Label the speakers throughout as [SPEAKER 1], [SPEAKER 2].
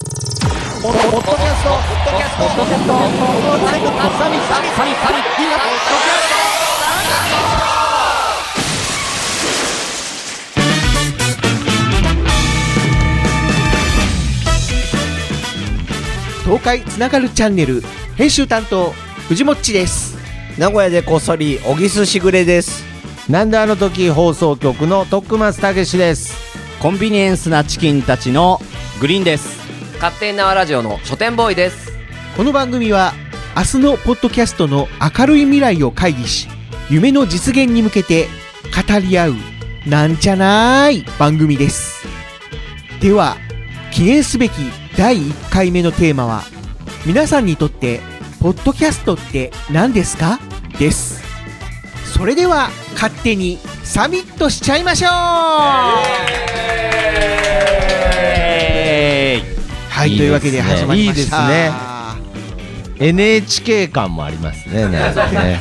[SPEAKER 1] ポッドキャスト、ポッドキャスト、ポッドキャスト、最後、サミ、サミ、サミ、サミ、新潟、ポッドキャスト。東海つながるチャンネル編集担当藤もっちです
[SPEAKER 2] 名古屋でこっそり小木すしぐれです
[SPEAKER 3] なんであの時放送局の徳松たけしです
[SPEAKER 4] コンビニエンスなチキンたちのグリーンです
[SPEAKER 5] 勝手に縄ラジオの書店ボーイです
[SPEAKER 1] この番組は明日のポッドキャストの明るい未来を会議し夢の実現に向けて語り合うなんちゃない番組ですでは記念すべき第1回目のテーマは皆さんにとってポッドキャストって何ですかですそれでは勝手にサミットしちゃいましょう、はい
[SPEAKER 3] いい
[SPEAKER 1] というわけで
[SPEAKER 3] ですね
[SPEAKER 1] 始まりました
[SPEAKER 3] いいですね NHK 感もありますねなん かね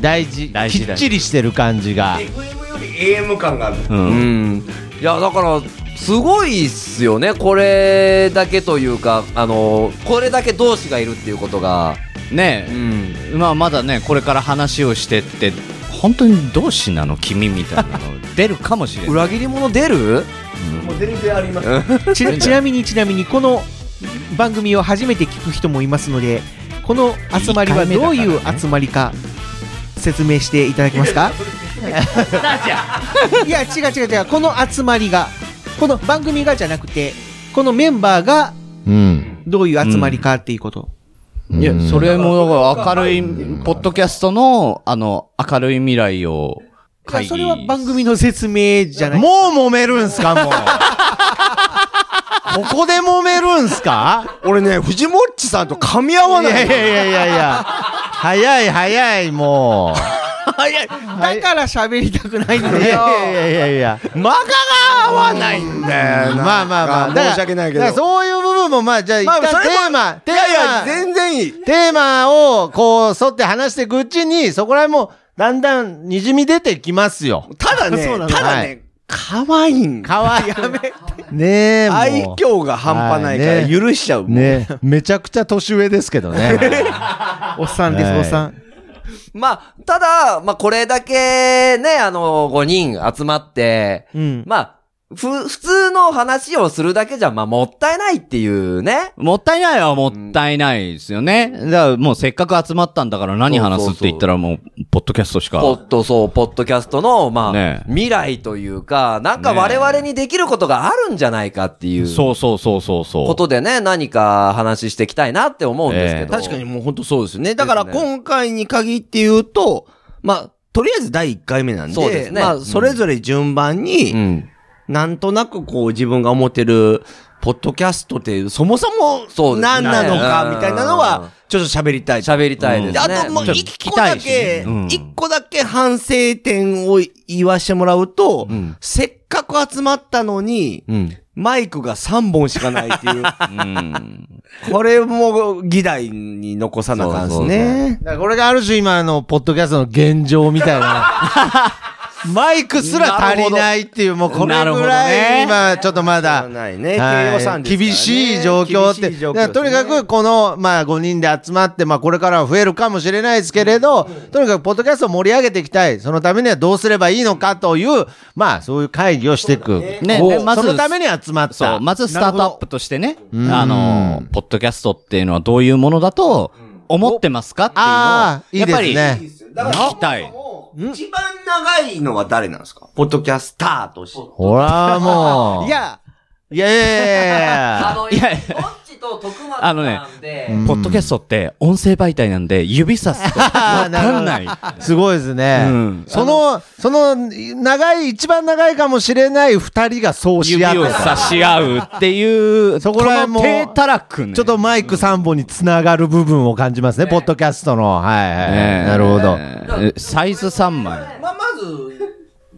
[SPEAKER 3] 大事
[SPEAKER 4] 大事
[SPEAKER 3] きっちりしてる感じが
[SPEAKER 2] FM より AM 感がある
[SPEAKER 5] うんいやだからすごいっすよねこれだけというかあのこれだけ同士がいるっていうことが
[SPEAKER 4] ね
[SPEAKER 5] う
[SPEAKER 4] え、
[SPEAKER 5] ん
[SPEAKER 4] まあまだねこれから話をしてって本当に同志なの君みたいなの 出るかもしれない
[SPEAKER 5] 裏切り者出る
[SPEAKER 2] もう全然あります
[SPEAKER 1] ちなちなみにちなみにこの番組を初めて聞く人もいますのでこの集まりはどういう集まりか説明していただけますかいや違う違う違うこの集まりがこの番組がじゃなくてこのメンバーが
[SPEAKER 3] うん
[SPEAKER 1] どういう集まりかっていうこと、
[SPEAKER 4] いやそれもだから明るい
[SPEAKER 3] うん
[SPEAKER 4] ポッドキャストのあの明るい未来を
[SPEAKER 1] いや
[SPEAKER 4] 会議
[SPEAKER 1] それは番組の説明じゃない
[SPEAKER 3] もう揉めるんすか もうここで揉めるんすか
[SPEAKER 2] 俺ね藤もっちさんと噛み合わ
[SPEAKER 3] いや
[SPEAKER 2] ない
[SPEAKER 3] いやいやいやいや早い早いもう
[SPEAKER 1] だから喋りたくないの
[SPEAKER 3] い
[SPEAKER 1] よ
[SPEAKER 3] やいやいやいや
[SPEAKER 2] 間が合わないんだよな
[SPEAKER 3] まあまあまあ
[SPEAKER 2] なん
[SPEAKER 3] だか
[SPEAKER 2] か
[SPEAKER 3] ら
[SPEAKER 2] 申し訳ないけど
[SPEAKER 3] だからそういう部分もまあじゃあ一
[SPEAKER 2] まあ
[SPEAKER 3] 旦テ
[SPEAKER 2] それも
[SPEAKER 3] ーマテー
[SPEAKER 2] い
[SPEAKER 3] マ
[SPEAKER 2] やいや全然いい
[SPEAKER 3] テーマをこう沿って話していくうちにそこら辺もだんだんにじみ出てきますよ
[SPEAKER 2] ただね
[SPEAKER 1] そうなの
[SPEAKER 2] ただ
[SPEAKER 3] は
[SPEAKER 2] ね可愛いん
[SPEAKER 3] かわいいねえもう
[SPEAKER 2] 愛嬌が半端ないか
[SPEAKER 3] は
[SPEAKER 2] ら
[SPEAKER 3] いね
[SPEAKER 2] 許しちゃうもん
[SPEAKER 3] ねえめちゃくちゃ年上ですけどね
[SPEAKER 1] おっさんです、
[SPEAKER 3] はい
[SPEAKER 1] おっさん
[SPEAKER 5] まあただまあこれだけねあの5人集まって
[SPEAKER 1] うん
[SPEAKER 5] まあふ普通の話をするだけじゃまあもったいないっていうね
[SPEAKER 4] もったいないはもったいないですよね。だからもうせっかく集まったんだから何話すって言ったらもう、ポッドキャストしか。
[SPEAKER 5] ポッド、そう、ポッドキャストの、まあ、
[SPEAKER 4] ねえ
[SPEAKER 5] 未来というか、なんか
[SPEAKER 4] ねえ
[SPEAKER 5] 我々にできることがあるんじゃないかっていう。
[SPEAKER 4] そうそうそうそうそう。
[SPEAKER 5] ことでね、何か話していきたいなって思うんですけど。
[SPEAKER 2] 確かに。もう本当そうですよね。だから
[SPEAKER 5] ですね
[SPEAKER 2] 今回に限って言うと、まあ、とりあえず第1回目なんで、
[SPEAKER 5] そうですね
[SPEAKER 2] まあ、それぞれ順番に、
[SPEAKER 5] うん。
[SPEAKER 2] なんとなくこう自分が思ってる、ポッドキャストってそもそ
[SPEAKER 5] そう
[SPEAKER 2] も
[SPEAKER 5] ですね
[SPEAKER 2] 何なのかみたいなの
[SPEAKER 5] うん
[SPEAKER 2] は、ちょっと喋りたい。
[SPEAKER 5] 喋りたいです
[SPEAKER 2] で
[SPEAKER 5] ね。
[SPEAKER 2] あともう
[SPEAKER 5] うん
[SPEAKER 2] 一個だ
[SPEAKER 4] 聞きたいしね
[SPEAKER 2] け
[SPEAKER 4] うん、
[SPEAKER 2] 一、個だけ反省点を言わしてもらうと、
[SPEAKER 5] ん
[SPEAKER 2] せっかく集まったのに、
[SPEAKER 5] うん。
[SPEAKER 2] マイクが3本しかないっていう。
[SPEAKER 4] うん。
[SPEAKER 2] これも議題に残さなあかんですね。
[SPEAKER 3] だからこれがある種今のポッドキャストの現状みたい なマイクすら足りないっていうもうこれ
[SPEAKER 4] なるほ
[SPEAKER 3] ぐ
[SPEAKER 4] ど
[SPEAKER 3] ら
[SPEAKER 4] ね
[SPEAKER 3] い今ちょっとまだ
[SPEAKER 2] ないね
[SPEAKER 3] はい
[SPEAKER 2] 計算ですからね
[SPEAKER 3] 厳しい状況って。
[SPEAKER 2] 厳しい状況
[SPEAKER 3] だからとにかく、この、まあ、5人で集まって、まあ、これからは増えるかもしれないですけれど、とにかく、ポッドキャストを盛り上げていきたい。そのためにはどうすればいいのかという、まあ、そういう会議をしていく。
[SPEAKER 4] ね
[SPEAKER 3] こう
[SPEAKER 4] ねまず
[SPEAKER 3] そのために集まった。
[SPEAKER 4] そう、まずスタートアップとしてね、あ
[SPEAKER 3] う
[SPEAKER 4] の
[SPEAKER 3] ん、
[SPEAKER 4] ポッドキャストっていうのはどういうものだと思ってますかっていうのを、
[SPEAKER 3] ああ、いいです
[SPEAKER 4] やっ
[SPEAKER 3] ね。
[SPEAKER 4] ぱり聞きたい。
[SPEAKER 2] 一番長いのは誰なんですかポッドキャスターとして。
[SPEAKER 3] ほら、もう。
[SPEAKER 1] い、や
[SPEAKER 3] いやいやいやいや
[SPEAKER 5] の
[SPEAKER 4] いやいや
[SPEAKER 5] どっちと徳松
[SPEAKER 4] あのね
[SPEAKER 5] で
[SPEAKER 3] うん
[SPEAKER 4] ポッドキャストって音声媒体なんで指さす とわかんない。
[SPEAKER 3] すごいですね。
[SPEAKER 4] うん
[SPEAKER 3] その、その、長い、一番長いかもしれない二人がそうし
[SPEAKER 4] 指
[SPEAKER 3] 合って
[SPEAKER 4] を差
[SPEAKER 3] た
[SPEAKER 4] し合うっていう、
[SPEAKER 3] そこら辺も
[SPEAKER 4] の手たらくね。
[SPEAKER 3] ちょっとマイク3本につながる部分を感じますね、ポッドキャストの。はいはいは
[SPEAKER 4] ね
[SPEAKER 3] い、
[SPEAKER 4] え
[SPEAKER 3] なるほど。
[SPEAKER 4] えサイズ3枚。
[SPEAKER 2] まあ、まず、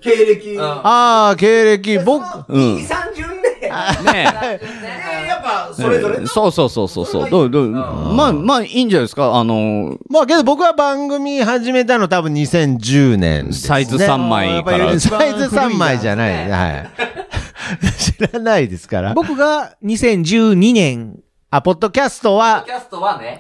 [SPEAKER 2] 経歴。
[SPEAKER 5] ん
[SPEAKER 3] ああ、経歴、僕、
[SPEAKER 4] うん。
[SPEAKER 2] 三巡で、や
[SPEAKER 4] ね
[SPEAKER 2] っぱ、そ
[SPEAKER 4] え。そうそうそうそうそう。どうどうまあ、まあ、いいんじゃないですか。あの、
[SPEAKER 3] まあけど僕は番組始めたの多分2010年ですね。
[SPEAKER 4] サイズ3枚から。
[SPEAKER 1] 一番
[SPEAKER 3] サイズ3枚じゃ ない。はい。知らないですから。
[SPEAKER 1] 僕が2012年
[SPEAKER 3] あ、ポッドキャストは、
[SPEAKER 5] キャストはね、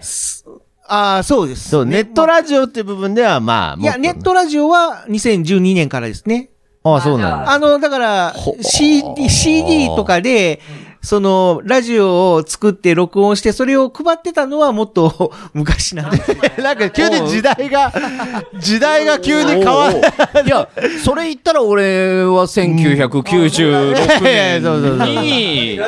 [SPEAKER 1] ああ、そうです。
[SPEAKER 3] そう、ネットラジオっていう部分では、まあ、
[SPEAKER 1] いや、ネットラジオは2012年からですね。
[SPEAKER 3] ト。あ、そうなんだ。
[SPEAKER 1] あの、だから、CD、CD とかで、その、ラジオを作って録音して、それを配ってたのはもっと 昔なんです。
[SPEAKER 3] なんか急に時代が、時代が急に変わる。
[SPEAKER 4] いや、それ言ったら俺は1996
[SPEAKER 3] いやいやそうそうそう
[SPEAKER 4] 年に、い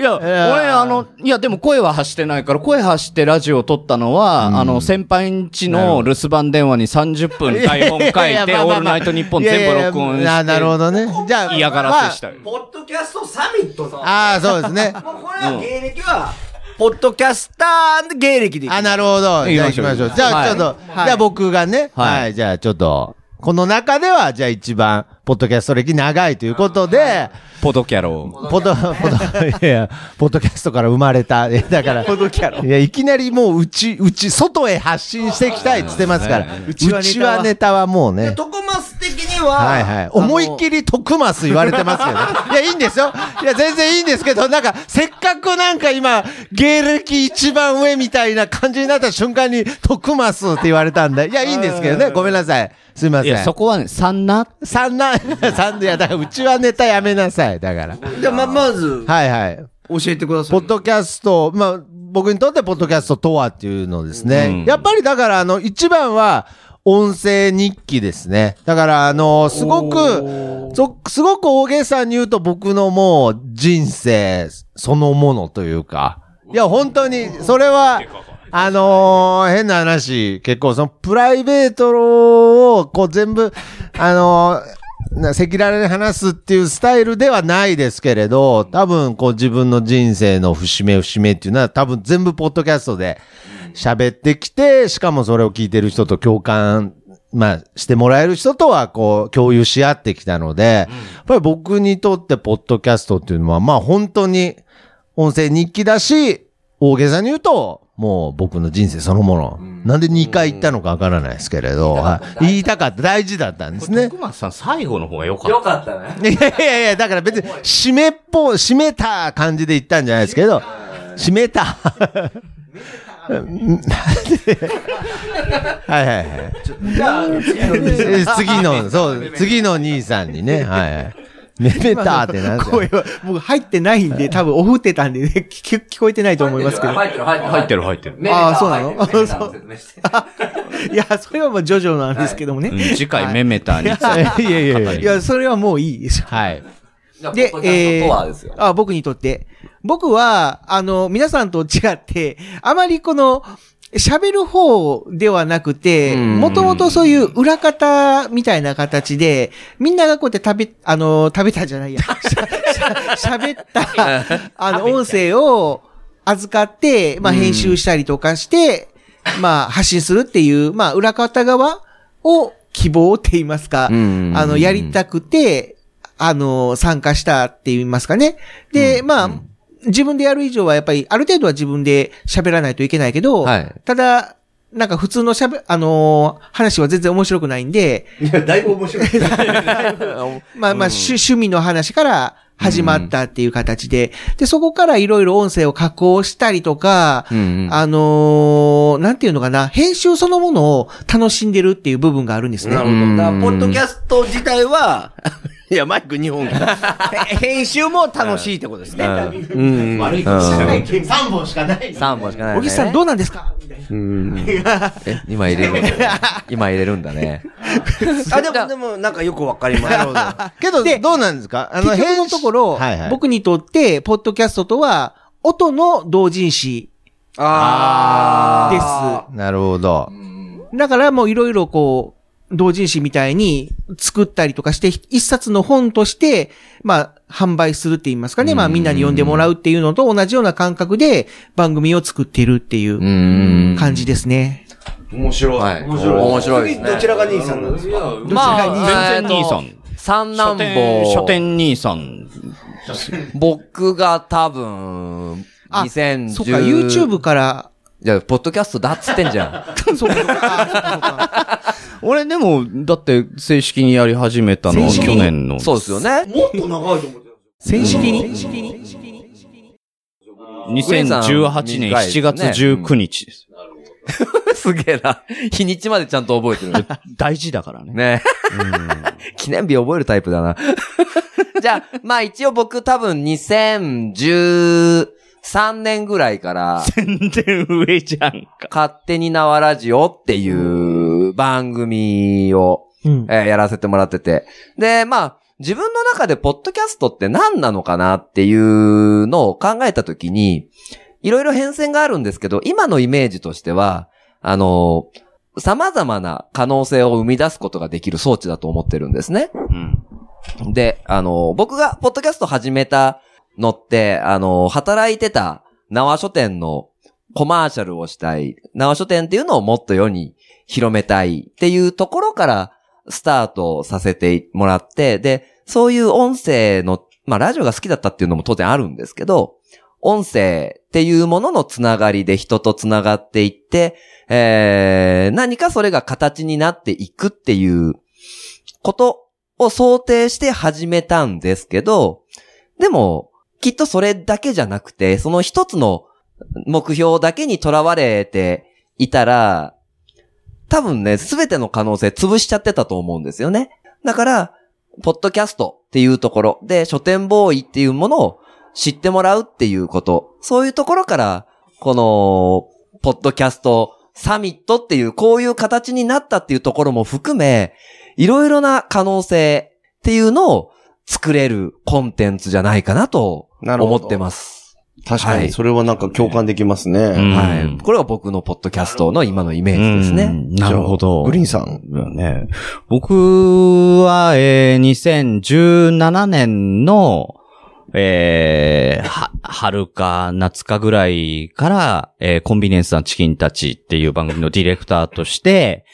[SPEAKER 4] や、俺あの、いやでも声は発してないから、声発してラジオを撮ったのは、あの、先輩んちの留守番電話に30分台本書いて、オ
[SPEAKER 3] ややまあまあまあ
[SPEAKER 4] ールナイトニッポン全部録音
[SPEAKER 3] いやいやななる
[SPEAKER 4] し
[SPEAKER 3] ほどね。じゃあ、
[SPEAKER 4] て、嫌がらせしたよ。
[SPEAKER 2] ポッドキャストサミットさん。
[SPEAKER 3] まああー、そうです ね。
[SPEAKER 2] これは芸歴は、ポッドキャスター芸歴でいい
[SPEAKER 3] あ、なるほど。じゃあ行きましょう。じゃあちょっと、じゃあ僕がね、はい、じゃあちょっと、この中では、じゃあ一番、ポッドキャスト歴長いということで、
[SPEAKER 4] ポドキャロ
[SPEAKER 3] ポッド、ポッド、いやいや、ポッドキャストから生まれた、えだから、いや、いきなりもう、うち、うち、外へ発信していきたいって言ってますから、うちはネタはもうね、
[SPEAKER 2] トコマス的には、
[SPEAKER 3] はいはい。思いっきり徳マス言われてますけどね。いや、いいんですよ。いや、全然いいんですけど、なんか、せっかくなんか今、芸歴一番上みたいな感じになった瞬間に、徳マスって言われたんで。いや、いいんですけどね。ごめんなさい。すいま
[SPEAKER 4] ー。い
[SPEAKER 3] せん
[SPEAKER 4] や、。そこはね、サンナ
[SPEAKER 3] 三男、 三男、いや、だから、うちはネタやめなさい。だから。
[SPEAKER 2] じゃあま、まず、
[SPEAKER 3] はいはい。
[SPEAKER 2] 教えてくださ
[SPEAKER 3] ポ
[SPEAKER 2] い
[SPEAKER 3] ッ。ドキャスト、まあ、僕にとってポッドキャストとはっていうのですね。やっぱりだから、あの、一番は、音声日記ですね。だから、あの、すごく、そすごく大げさに言うと僕のもう人生そのものというか。いや、本当に、それは、あのー変な話、結構そのプライベートを、こう全部、あのーな赤裸々に話すっていうスタイルではないですけれど、多分こう自分の人生の節目節目っていうのは多分全部ポッドキャストで喋ってきて、しかもそれを聞いてる人と共感、まあしてもらえる人とはこう共有し合ってきたので、やっぱり僕にとってポッドキャストっていうのはまあ本当に音声日記だし、大げさに言うと、もう僕の人生そのもの。なんで2回言ったのかわからないですけれど、はい言いたかった、大事だったんですね。
[SPEAKER 4] 徳松さん最後の方が良かった。
[SPEAKER 5] よかったね。
[SPEAKER 3] いやいやいや、だから別に、締めっぽ、締めた感じで言ったんじゃないですけど、締めた。はいはいはい。次の、そう、次の兄さんにね、はいはい。めめたってなんですよ
[SPEAKER 1] 声は、 僕入ってないんで、多分おふってたんでね、聞聞こえてないと思いますけど。
[SPEAKER 5] 入ってる、入ってる、
[SPEAKER 4] 入ってる入ってる。
[SPEAKER 5] メーター
[SPEAKER 1] あーそうなの
[SPEAKER 5] 入ってるメーターの説明し て
[SPEAKER 1] いや、それはもうジョジョなんですけどもね。
[SPEAKER 4] うん次回メメターについて。
[SPEAKER 3] いやいやいや。
[SPEAKER 1] いや、それはもういいですよ。
[SPEAKER 3] はい。
[SPEAKER 5] じゃあポッ
[SPEAKER 1] で
[SPEAKER 5] ド、キャス
[SPEAKER 1] え
[SPEAKER 5] トとはです
[SPEAKER 1] ー
[SPEAKER 5] よ、。
[SPEAKER 1] あ僕にとって。僕は、あの、皆さんと違って、あまりこの、喋る方ではなくて、もともとそういう裏方みたいな形で、みんながこうやって食べ、あの、食べたじゃない や。しゃしゃ喋った、あの、音声を預かって、まあ、編集したりとかして、まあ、発信するっていう、まあ、裏方側を希望って言いますか、
[SPEAKER 2] ん
[SPEAKER 1] あの、やりたくて、あの、参加したって言いますかね。で、まあ、自分でやる以上はやっぱり、ある程度は自分で喋らないといけないけど、
[SPEAKER 2] はい
[SPEAKER 1] ただ、なんか普通の喋、あのー話は全然面白くないんで、
[SPEAKER 2] いや、だいぶ面白い。
[SPEAKER 1] まあまあ、趣趣味の話から始まったっていう形で、で、そこからいろいろ音声を加工したりとか、あのーなんていうのかな、編集そのものを楽しんでるっていう部分があるんですね。
[SPEAKER 2] なるほど。だから、ポッドキャスト自体は、いや、マイク2 本から。へ編集も楽しいってことですね。うん。悪いことじゃない。
[SPEAKER 3] 3本しかない。
[SPEAKER 5] 3本しかない、ね。
[SPEAKER 1] 小木さんどうなんですかみたいな
[SPEAKER 5] え今入れるんだね。今入れるんだね。
[SPEAKER 2] あ、でも、でも、なんかよくわかります。なるほど。
[SPEAKER 3] けど、
[SPEAKER 1] で
[SPEAKER 3] どうなんですかあ
[SPEAKER 1] 結局のところ、
[SPEAKER 3] はいはい。
[SPEAKER 1] 僕にとって、ポッドキャストとは、音の同人誌
[SPEAKER 2] あ
[SPEAKER 1] です。
[SPEAKER 3] なるほど。
[SPEAKER 1] だからもういろいろこう、同人誌みたいに作ったりとかして、一冊の本として、まあ、販売するって言いますかね。まあ、みんなに読んでもらうっていうのと同じような感覚で番組を作っているっていう
[SPEAKER 5] うん。
[SPEAKER 1] 感じですね。
[SPEAKER 2] 面白い。
[SPEAKER 5] はい。面白いです
[SPEAKER 2] 次
[SPEAKER 5] ね。
[SPEAKER 2] どちらが兄さんなんですか
[SPEAKER 5] まあ、
[SPEAKER 4] 全然兄さん
[SPEAKER 5] えーと三
[SPEAKER 4] 書
[SPEAKER 5] 男
[SPEAKER 4] 店、
[SPEAKER 5] 坊。
[SPEAKER 4] 書店兄さん。
[SPEAKER 5] 僕が多分、
[SPEAKER 1] あ
[SPEAKER 5] 2010。
[SPEAKER 1] そっか、YouTube から、
[SPEAKER 5] じゃあ、ポッドキャストだっつってんじ ゃ
[SPEAKER 1] そっか、あ
[SPEAKER 4] 俺でも、だって正式にやり始めたのは
[SPEAKER 1] 正式に
[SPEAKER 4] 去年の。
[SPEAKER 5] ん。そうですよね。
[SPEAKER 2] もっと長いと思ってたんですよ。
[SPEAKER 1] 正式に。
[SPEAKER 4] 2018年7月19日です。
[SPEAKER 5] すげえな。日にちまでちゃんと覚えてるね。
[SPEAKER 4] 大事だからね。
[SPEAKER 5] ねえ。 記念日覚えるタイプだな。じゃあ、まあ一応僕多分2013年ぐらいから
[SPEAKER 4] 全然上じゃんか。
[SPEAKER 5] 勝手に縄ラジオっていう番組を、えーやらせてもらってて。で、まあ自分の中でポッドキャストって何なのかなっていうのを考えたときに、いろいろ変遷があるんですけど、今のイメージとしては、あの、様々な可能性を生み出すことができる装置だと思ってるんですね。
[SPEAKER 4] うん。
[SPEAKER 5] で、あの、僕がポッドキャスト始めたのって、あの、働いてた縄書店のコマーシャルをしたい、縄書店っていうのをもっと世に広めたいっていうところからスタートさせてもらって、で、そういう音声の、まあラジオが好きだったっていうのも当然あるんですけど、音声っていうもののつながりで人とつながっていって、えー、何かそれが形になっていくっていうことを想定して始めたんですけど、でも、きっとそれだけじゃなくて、その一つの目標だけにとらわれていたら、多分ね、すべての可能性潰しちゃってたと思うんですよね。だから、ポッドキャストっていうところで、書店ボーイっていうものを知ってもらうっていうこと、そういうところから、この、ポッドキャストサミットっていう、こういう形になったっていうところも含め、いろいろな可能性っていうのを作れるコンテンツじゃないかなと
[SPEAKER 2] なるほど
[SPEAKER 5] 思ってます。
[SPEAKER 2] 確か
[SPEAKER 5] はい
[SPEAKER 2] に、それはなんか共感できますね。
[SPEAKER 4] うん
[SPEAKER 5] はい。これは僕のポッドキャストの今のイメージですね。
[SPEAKER 4] うんなるほど。
[SPEAKER 2] グリーンさん。
[SPEAKER 4] ね。僕は、えー、2017年の、えー、は、春か夏かぐらいから、えー、コンビニエンスなチキンたちっていう番組のディレクターとして、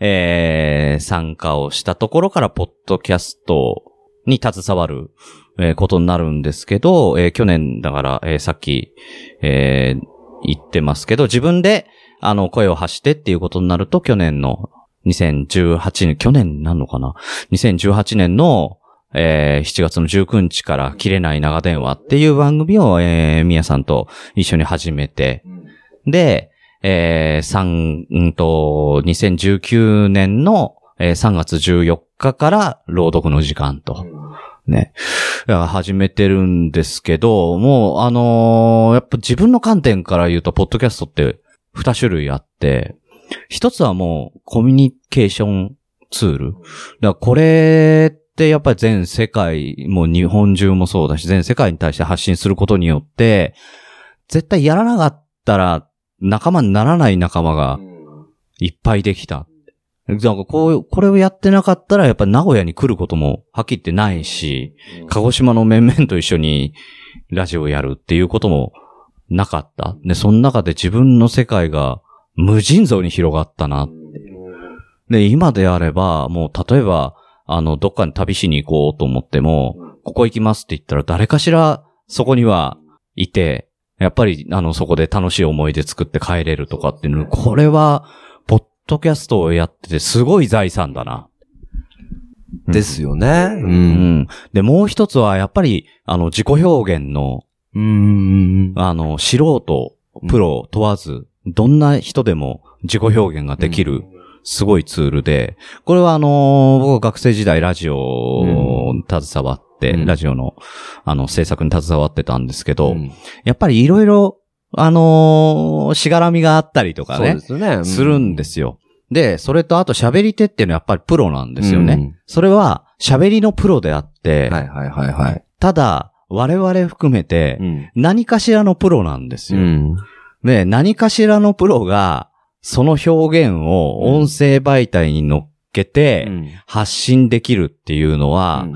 [SPEAKER 4] えー、参加をしたところから、ポッドキャストに携わる、えーことになるんですけど、えー去年だから、えーさっき、えー言ってますけど、自分で、あの、声を発してっていうことになると、去年の、2018年、去年になるのかな ?2018 年の、えー7月の19日から切れない長電話っていう番組を、えー、宮さんと一緒に始めて、で、えー、3、うんと、2019年の、えー3月14日から朗読の時間と、ね、いや始めてるんですけど、もう、あのーやっぱ自分の観点から言うと、ポッドキャストって2種類あって、一つはもうコミュニケーションツール。だからこれってやっぱり全世界、もう日本中もそうだし、全世界に対して発信することによって、絶対やらなかったら仲間にならない仲間がいっぱいできた。なんかこう、これをやってなかったらやっぱ名古屋に来ることもはっきり言ってないし、鹿児島の面々と一緒にラジオをやるっていうこともなかった。で、その中で自分の世界が無尽蔵に広がったなって。で、今であれば、もう例えば、あの、どっかに旅しに行こうと思っても、ここ行きますって言ったら誰かしらそこにはいて、やっぱり、あの、そこで楽しい思い出作って帰れるとかっていうの、これは、ポッドキャストをやっててすごい財産だな。うん
[SPEAKER 5] ですよね。う。
[SPEAKER 4] うんん。で、もう一つは、やっぱり、あの、自己表現の
[SPEAKER 5] うん。
[SPEAKER 4] あの、素人、プロ問わず、どんな人でも自己表現ができる、すごいツールで、これはあのー僕は学生時代ラジオに携わって、
[SPEAKER 5] うん
[SPEAKER 4] ラジオの、あの、制作に携わってたんですけど、
[SPEAKER 5] うん
[SPEAKER 4] やっぱりいろいろ、あのーしがらみがあったりとか
[SPEAKER 5] そう
[SPEAKER 4] ね
[SPEAKER 5] で、すね。
[SPEAKER 4] するんですよ。で、それとあと喋り手っていうのはやっぱりプロなんですよね。
[SPEAKER 5] うん
[SPEAKER 4] それは喋りのプロであって、
[SPEAKER 5] はいはいはいはい。
[SPEAKER 4] ただ、我々含めて、何かしらのプロなんですよ。
[SPEAKER 5] ん。
[SPEAKER 4] で、何かしらのプロが、その表現を音声媒体に乗っけて、発信できるっていうのは、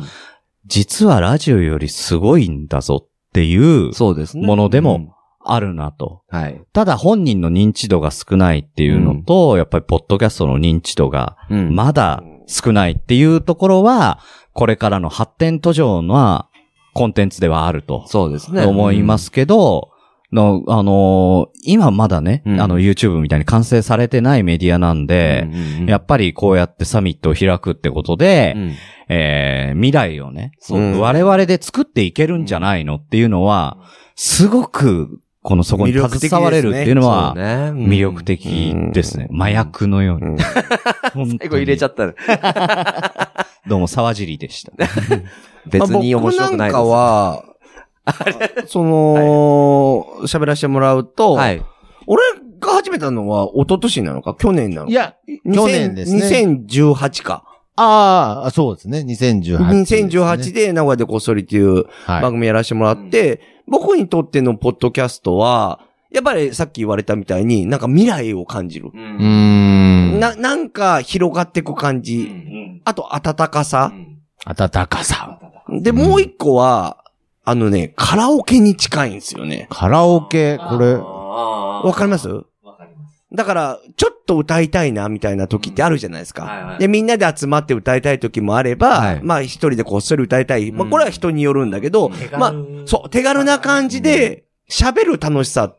[SPEAKER 4] 実はラジオよりすごいんだぞっていう
[SPEAKER 5] そうですね。
[SPEAKER 4] もので
[SPEAKER 5] う
[SPEAKER 4] も
[SPEAKER 5] ん
[SPEAKER 4] あるなと。
[SPEAKER 5] はい。
[SPEAKER 4] ただ本人の認知度が少ないっていうのと、やっぱりポッドキャストの認知度が
[SPEAKER 5] うん
[SPEAKER 4] まだ少ないっていうところは、これからの発展途上なコンテンツではあると。
[SPEAKER 5] そうですね。。
[SPEAKER 4] 思いますすけど、の、あのー今まだね、
[SPEAKER 5] うん
[SPEAKER 4] あの YouTube みたいに完成されてないメディアなんで、や
[SPEAKER 5] ぱ
[SPEAKER 4] っぱりこうやってサミットを開くってことで、えー未来をね、
[SPEAKER 5] そう
[SPEAKER 4] 我々で作っていけるんじゃないのっていうのは、すごくこのそこに
[SPEAKER 2] 魅力的ですね
[SPEAKER 4] 携われるっていうのは、
[SPEAKER 5] ね。
[SPEAKER 4] 魅力的ですね。麻薬のように。
[SPEAKER 5] 最後入れちゃ
[SPEAKER 4] ゃ
[SPEAKER 5] ったね。
[SPEAKER 4] どうも、沢尻でした。
[SPEAKER 5] 別に面白くないです。
[SPEAKER 2] 僕なんかは、その、喋らせてもらうと、
[SPEAKER 5] はい。
[SPEAKER 2] 俺が始めたのは一昨年なのか去年なのか
[SPEAKER 3] いや、去年ですね。
[SPEAKER 2] ね。2018か。
[SPEAKER 3] ああ、そうですね。2018ですね。
[SPEAKER 2] 2018で名古屋でこっそりっていう
[SPEAKER 3] は
[SPEAKER 2] 番
[SPEAKER 3] い。
[SPEAKER 2] 組やらせてもらって、僕にとってのポッドキャストは、やっぱりさっき言われたみたいに、なんか未来を感じる。
[SPEAKER 3] うーん。
[SPEAKER 2] な、なんか広がっていく感じ。あと温かさ。
[SPEAKER 3] 暖かさ。
[SPEAKER 2] で、もう一個は、あのね、カラオケに近いんですよね。
[SPEAKER 3] カラオケ、これ。
[SPEAKER 2] わかりますわかります。だから、ちょっと歌いたいな、みたいな時ってあるじゃないですか。で、みんなで集まって歌いたい時もあれば、
[SPEAKER 5] はい
[SPEAKER 2] まあ一人でこっそり歌いたい。まあこれは人によるんだけど、まあ、そう、手軽な感じで、喋る楽しさ、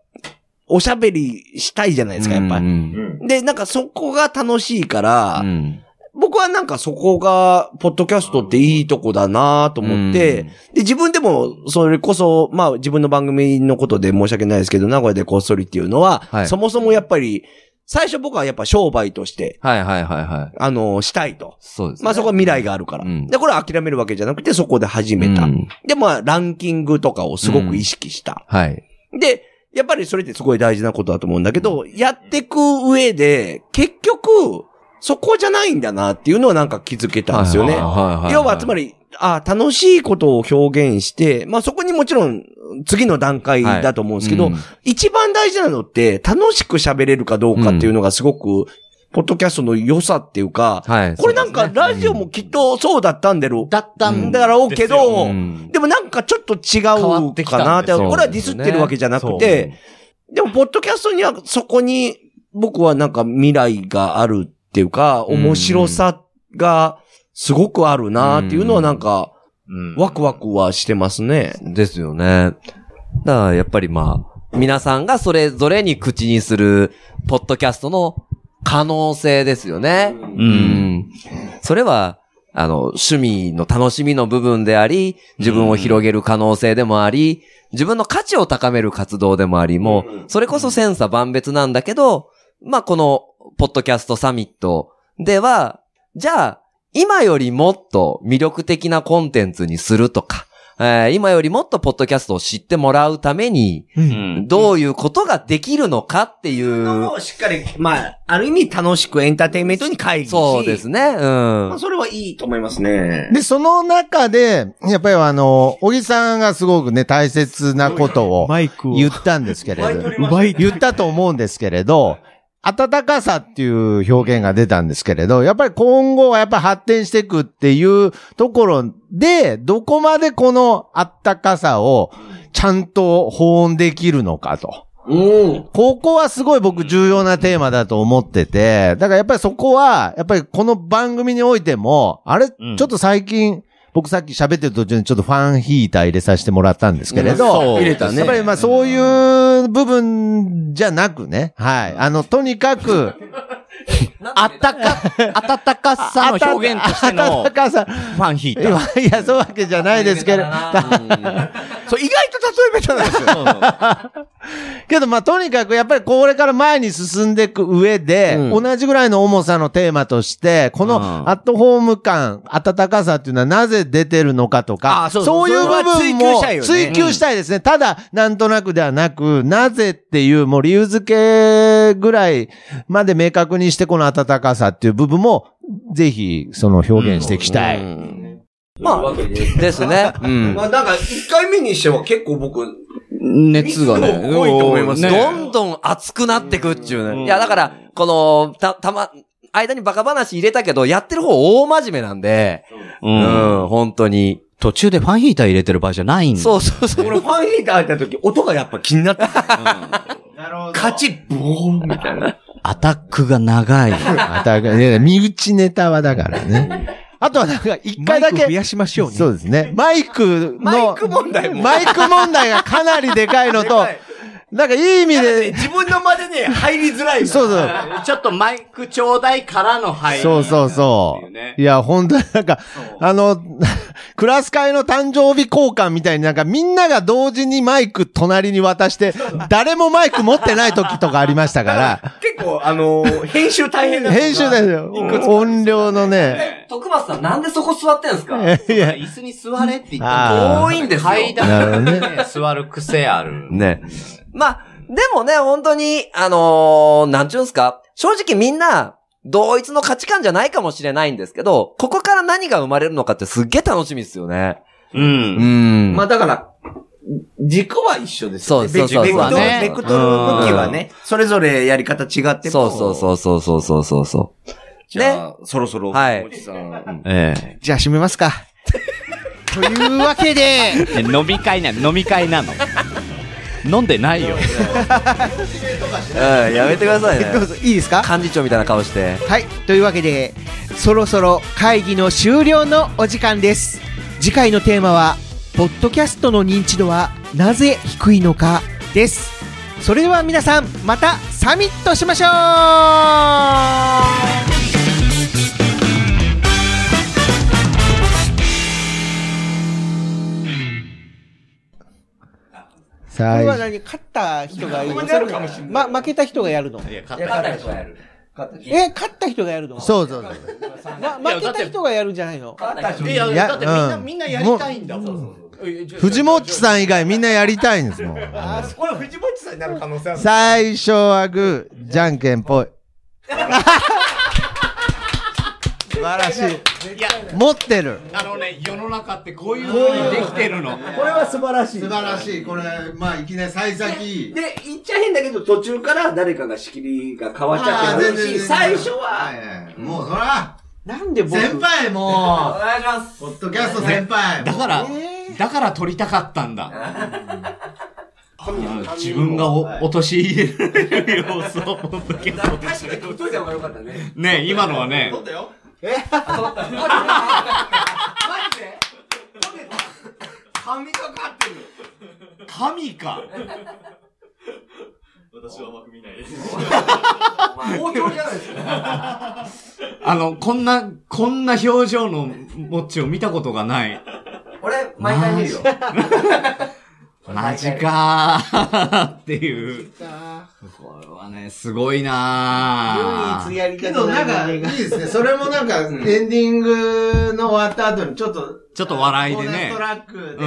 [SPEAKER 2] おしゃべりしたいじゃないですか、やっぱ
[SPEAKER 5] う
[SPEAKER 2] り。
[SPEAKER 5] ん
[SPEAKER 2] で、なんかそこが楽しいか
[SPEAKER 5] う
[SPEAKER 2] ら、
[SPEAKER 5] ん
[SPEAKER 2] 僕はなんかそこが、ポッドキャストっていいとこだなと思って、で、自分でも、それこそ、まあ自分の番組のことで申し訳ないですけど、名古屋でこっそりっていうのは、
[SPEAKER 5] はい
[SPEAKER 2] そもそもやっぱり、最初僕はやっぱ商売として、
[SPEAKER 5] はいはいはいはい。
[SPEAKER 2] あの、したいと。
[SPEAKER 5] そうですね。
[SPEAKER 2] まあそこは未来があるから。
[SPEAKER 5] うん
[SPEAKER 2] で、これは諦めるわけじゃなくて、そこで始めた。
[SPEAKER 5] うん
[SPEAKER 2] で、まあランキングとかをすごく意識した。
[SPEAKER 5] はい。
[SPEAKER 2] で、やっぱりそれってすごい大事なことだと思うんだけど、やってく上で、結局、そこじゃないんだなっていうのはなんか気づけたんですよね。
[SPEAKER 5] はいはいはいいい
[SPEAKER 2] 要は、つまり、あ楽しいことを表現して、まあそこにもちろん、次の段階だと思うんですけど、
[SPEAKER 5] うん
[SPEAKER 2] 一番大事なのって、楽しく喋れるかどうかっていうのがすごく、ポッドキャストの良さっていうか、
[SPEAKER 5] はい。
[SPEAKER 2] これなんか、ラジオもきっとそうだったんだろう。
[SPEAKER 3] だった
[SPEAKER 2] ん
[SPEAKER 3] ん
[SPEAKER 2] だ
[SPEAKER 3] だ。
[SPEAKER 2] ろうけど、
[SPEAKER 5] うん
[SPEAKER 2] でもなんかちょっと違
[SPEAKER 4] 変わっ
[SPEAKER 2] う
[SPEAKER 4] てき
[SPEAKER 2] か
[SPEAKER 4] た
[SPEAKER 2] なっ
[SPEAKER 4] ん
[SPEAKER 2] て、
[SPEAKER 4] ですよ
[SPEAKER 2] これはディスってるわけじゃなくて、でも、ポッドキャストにはそこに、僕はなんか未来があるっていうか、
[SPEAKER 5] うん
[SPEAKER 2] 面白さがすごくあるなっていうのはなんか、ワクワクはしてますね。
[SPEAKER 5] ですよね。だから、やっぱりまあ、皆さんがそれぞれに口にする、ポッドキャストの可能性ですよね。
[SPEAKER 4] う。
[SPEAKER 5] うんん。それは、あの、趣味の楽しみの部分であり、自分を広げる可能性でもあり、自分の価値を高める活動でもあり、もう、それこそ千差万別なんだけど、まあ、この、ポッドキャストサミットでは、じゃあ、今よりもっと魅力的なコンテンツにするとか、えー今よりもっとポッドキャストを知ってもらうために、
[SPEAKER 4] うん。
[SPEAKER 5] どういうことができるのかっていう、
[SPEAKER 2] しっかり、まあ、ある意味楽しくエンターテインメントに会議し
[SPEAKER 5] そうです
[SPEAKER 2] ね。
[SPEAKER 5] ね、うん。
[SPEAKER 2] それはいいと思いますね。
[SPEAKER 3] で、その中で、やっぱりあの、小木さんがすごくね、大切なことを
[SPEAKER 1] マイクを
[SPEAKER 3] 言ったんですけれど、
[SPEAKER 1] 奪い、
[SPEAKER 3] 言ったと思うんですけれど、温かさっていう表現が出たんですけれど、やっぱり今後はやっぱ発展していくっていうところで、どこまでこの温かさをちゃんと保温できるのかと。ここはすごい僕重要なテーマだと思ってて、だからやっぱりそこは、やっぱりこの番組においても、あれ、
[SPEAKER 4] うん
[SPEAKER 3] ちょっと最近、僕さっき喋ってる途中にちょっとファンヒーター入れさせてもらったんですけれど、
[SPEAKER 2] 入れたね
[SPEAKER 3] やっぱりまあそういう部分じゃなくね、はい。あの、とにかく、あったか、暖かさ
[SPEAKER 4] あの表現としての
[SPEAKER 3] 暖かさ。
[SPEAKER 4] ファンヒー
[SPEAKER 3] い
[SPEAKER 4] ター。
[SPEAKER 3] や、いやそういうわけじゃないですけれど、
[SPEAKER 2] そう、意外と例えべたなんですよ。
[SPEAKER 3] けど、まあ、とにかく、やっぱりこれから前に進んでいく上で、
[SPEAKER 2] うん
[SPEAKER 3] 同じぐらいの重さのテーマとして、この
[SPEAKER 5] うん
[SPEAKER 3] アットホーム感、温かさっていうのはなぜ出てるのかとか、
[SPEAKER 2] あそう
[SPEAKER 3] そういう部
[SPEAKER 2] それ
[SPEAKER 3] 分
[SPEAKER 2] は追求し
[SPEAKER 3] も
[SPEAKER 2] たいよね
[SPEAKER 3] 追求したいですね。ただ、なんとなくではなく、なぜっていう、もう理由付けぐらいまで明確にして、この温かさっていう部分も、ぜひ、その表現していきたい。
[SPEAKER 5] うん
[SPEAKER 2] まあ、
[SPEAKER 5] ですね。うん。
[SPEAKER 2] まあ、なんか、一回目にしては結構僕、
[SPEAKER 4] 熱がね。
[SPEAKER 2] 密度多いと思いますね
[SPEAKER 5] どんどん熱くなってくっちゅうね。いや、だから、この、た、たま、間にバカ話入れたけど、やってる方大真面目なんで、
[SPEAKER 4] う。
[SPEAKER 5] うんん、本当に。
[SPEAKER 4] 途中でファンヒーター入れてる場合じゃないんだ。
[SPEAKER 5] そうそうそう。
[SPEAKER 2] 俺ファンヒーター入った時、音がやっぱ気になってた。勝ち、ブーンみたいな。
[SPEAKER 4] アタックが長い。
[SPEAKER 3] また、いやいや身内ネタはだからね。あとはなんか、一
[SPEAKER 1] マ
[SPEAKER 3] 回
[SPEAKER 1] イ
[SPEAKER 3] だ
[SPEAKER 1] ク
[SPEAKER 3] け
[SPEAKER 1] 増、やしましょうね。
[SPEAKER 3] そうですね。マイクの、
[SPEAKER 2] マイク問題も
[SPEAKER 3] マイク問題がかなりでかいのと、なんかいい意味で、
[SPEAKER 4] 自分の間でね、入りづらいの
[SPEAKER 3] そうそう。
[SPEAKER 4] ちょっとマイクちょうだいからの入り。
[SPEAKER 3] そうそうそ
[SPEAKER 4] っていうね
[SPEAKER 3] う。いや、本当になんか、あの、 クラス会の誕生日交換みたいになんかみんなが同時にマイク隣に渡して、誰もマイク持ってない時とかありましたから、
[SPEAKER 4] 結構、あのー、編集大変だ
[SPEAKER 3] 編集だよ。音量のね。
[SPEAKER 4] ね
[SPEAKER 5] 徳松さん、なんでそこ座ってんすか
[SPEAKER 3] いや、
[SPEAKER 4] 椅子に座れって言った
[SPEAKER 3] あー
[SPEAKER 5] 遠いんですよ。
[SPEAKER 4] 階段にね、座る癖ある。
[SPEAKER 5] ね。まあ、でもね、本当に、あのーなんちゅうんすか、正直みんな、同一の価値観じゃないかもしれないんですけど、ここから何が生まれるのかってすっげえ楽しみですよね。
[SPEAKER 4] う。
[SPEAKER 5] うんん。
[SPEAKER 4] まあだから、軸は一緒ですよ
[SPEAKER 5] そ
[SPEAKER 4] ね。
[SPEAKER 5] うそうそう
[SPEAKER 4] ベクトル
[SPEAKER 5] そう
[SPEAKER 4] ね
[SPEAKER 5] ね
[SPEAKER 4] ベクトルの向きはね、それぞれやり方違って
[SPEAKER 5] そ
[SPEAKER 4] も。
[SPEAKER 5] うそうそうそうそうそうそうそ
[SPEAKER 4] じゃあ、そろそろ、
[SPEAKER 5] はい
[SPEAKER 4] おじさん。
[SPEAKER 6] え
[SPEAKER 1] じゃあ閉めますか。というわけで、
[SPEAKER 6] え。飲み会なの、飲み会なの。飲んでないよ。
[SPEAKER 5] う。うん、やめてくださいね。
[SPEAKER 1] どうぞ、いいですか
[SPEAKER 5] 幹事長みたいな顔して。
[SPEAKER 1] はい、というわけで、そろそろ会議の終了のお時間です。次回のテーマは、ポッドキャストの認知度はなぜ低いのかです。それでは皆さん、またサミットしましょうこれ
[SPEAKER 3] 最
[SPEAKER 1] は
[SPEAKER 3] 後
[SPEAKER 1] 何勝った人がやるのま、負けた人がやるの
[SPEAKER 4] いや、勝ったらやる。
[SPEAKER 1] え、勝った人がやるの
[SPEAKER 3] そうそうそう。
[SPEAKER 1] ま、負けた人がやるんじゃないの
[SPEAKER 4] いや、
[SPEAKER 3] いや
[SPEAKER 4] だってみんな、
[SPEAKER 3] うん
[SPEAKER 4] みんなやりたいんだもん。
[SPEAKER 3] 藤本さん以外みんなやりたいんですも ん。
[SPEAKER 4] これ藤本さんになる可能性ある。
[SPEAKER 3] 最初はグー、じゃんけ んぽい。素晴らし
[SPEAKER 4] いや、
[SPEAKER 3] い。持ってる。
[SPEAKER 4] あのね、世の中ってこういう風にできてるの。これは素晴らしい。
[SPEAKER 3] 素晴らしい。これ、まあ、いきなり幸先。
[SPEAKER 4] で、言っちゃ変だけど、途中から誰かが仕切りが変わっちゃってるし、最初は、
[SPEAKER 3] もうそら、
[SPEAKER 1] なんで僕、
[SPEAKER 3] 先輩
[SPEAKER 5] お
[SPEAKER 3] もう、
[SPEAKER 5] 願いします。
[SPEAKER 3] ポッドキャスト先輩。
[SPEAKER 4] だから
[SPEAKER 3] もう、
[SPEAKER 4] だから撮りたかったんだ。あの自分がお陥れる様子をポッドキャストでし
[SPEAKER 5] 撮いた方がよかったね。
[SPEAKER 4] ね今のはね、神がかってる神か
[SPEAKER 5] 包丁じゃないですか。
[SPEAKER 4] あの、こんな、こんな表情のもっちを見たことがない。
[SPEAKER 5] 俺、毎回見るよ。
[SPEAKER 4] マジかーっていう。これはね、すごいなー。
[SPEAKER 1] やり
[SPEAKER 3] けどなんか、いいですね。それもなんか、エンディングの終わった後に、ちょっと、
[SPEAKER 4] ちょっと笑いで
[SPEAKER 3] コーナー
[SPEAKER 4] ね
[SPEAKER 3] スト。ラックで、ちょっと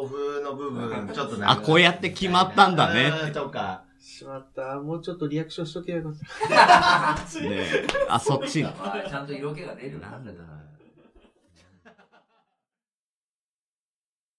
[SPEAKER 3] オフの部分、ちょっとなんか
[SPEAKER 4] あ、こうやって決まったんだね
[SPEAKER 3] うんとか。
[SPEAKER 1] しまった。もうちょっとリアクションしとけばよかった。
[SPEAKER 4] って。ねあ、そっち。
[SPEAKER 5] ちゃんと色気が出るな。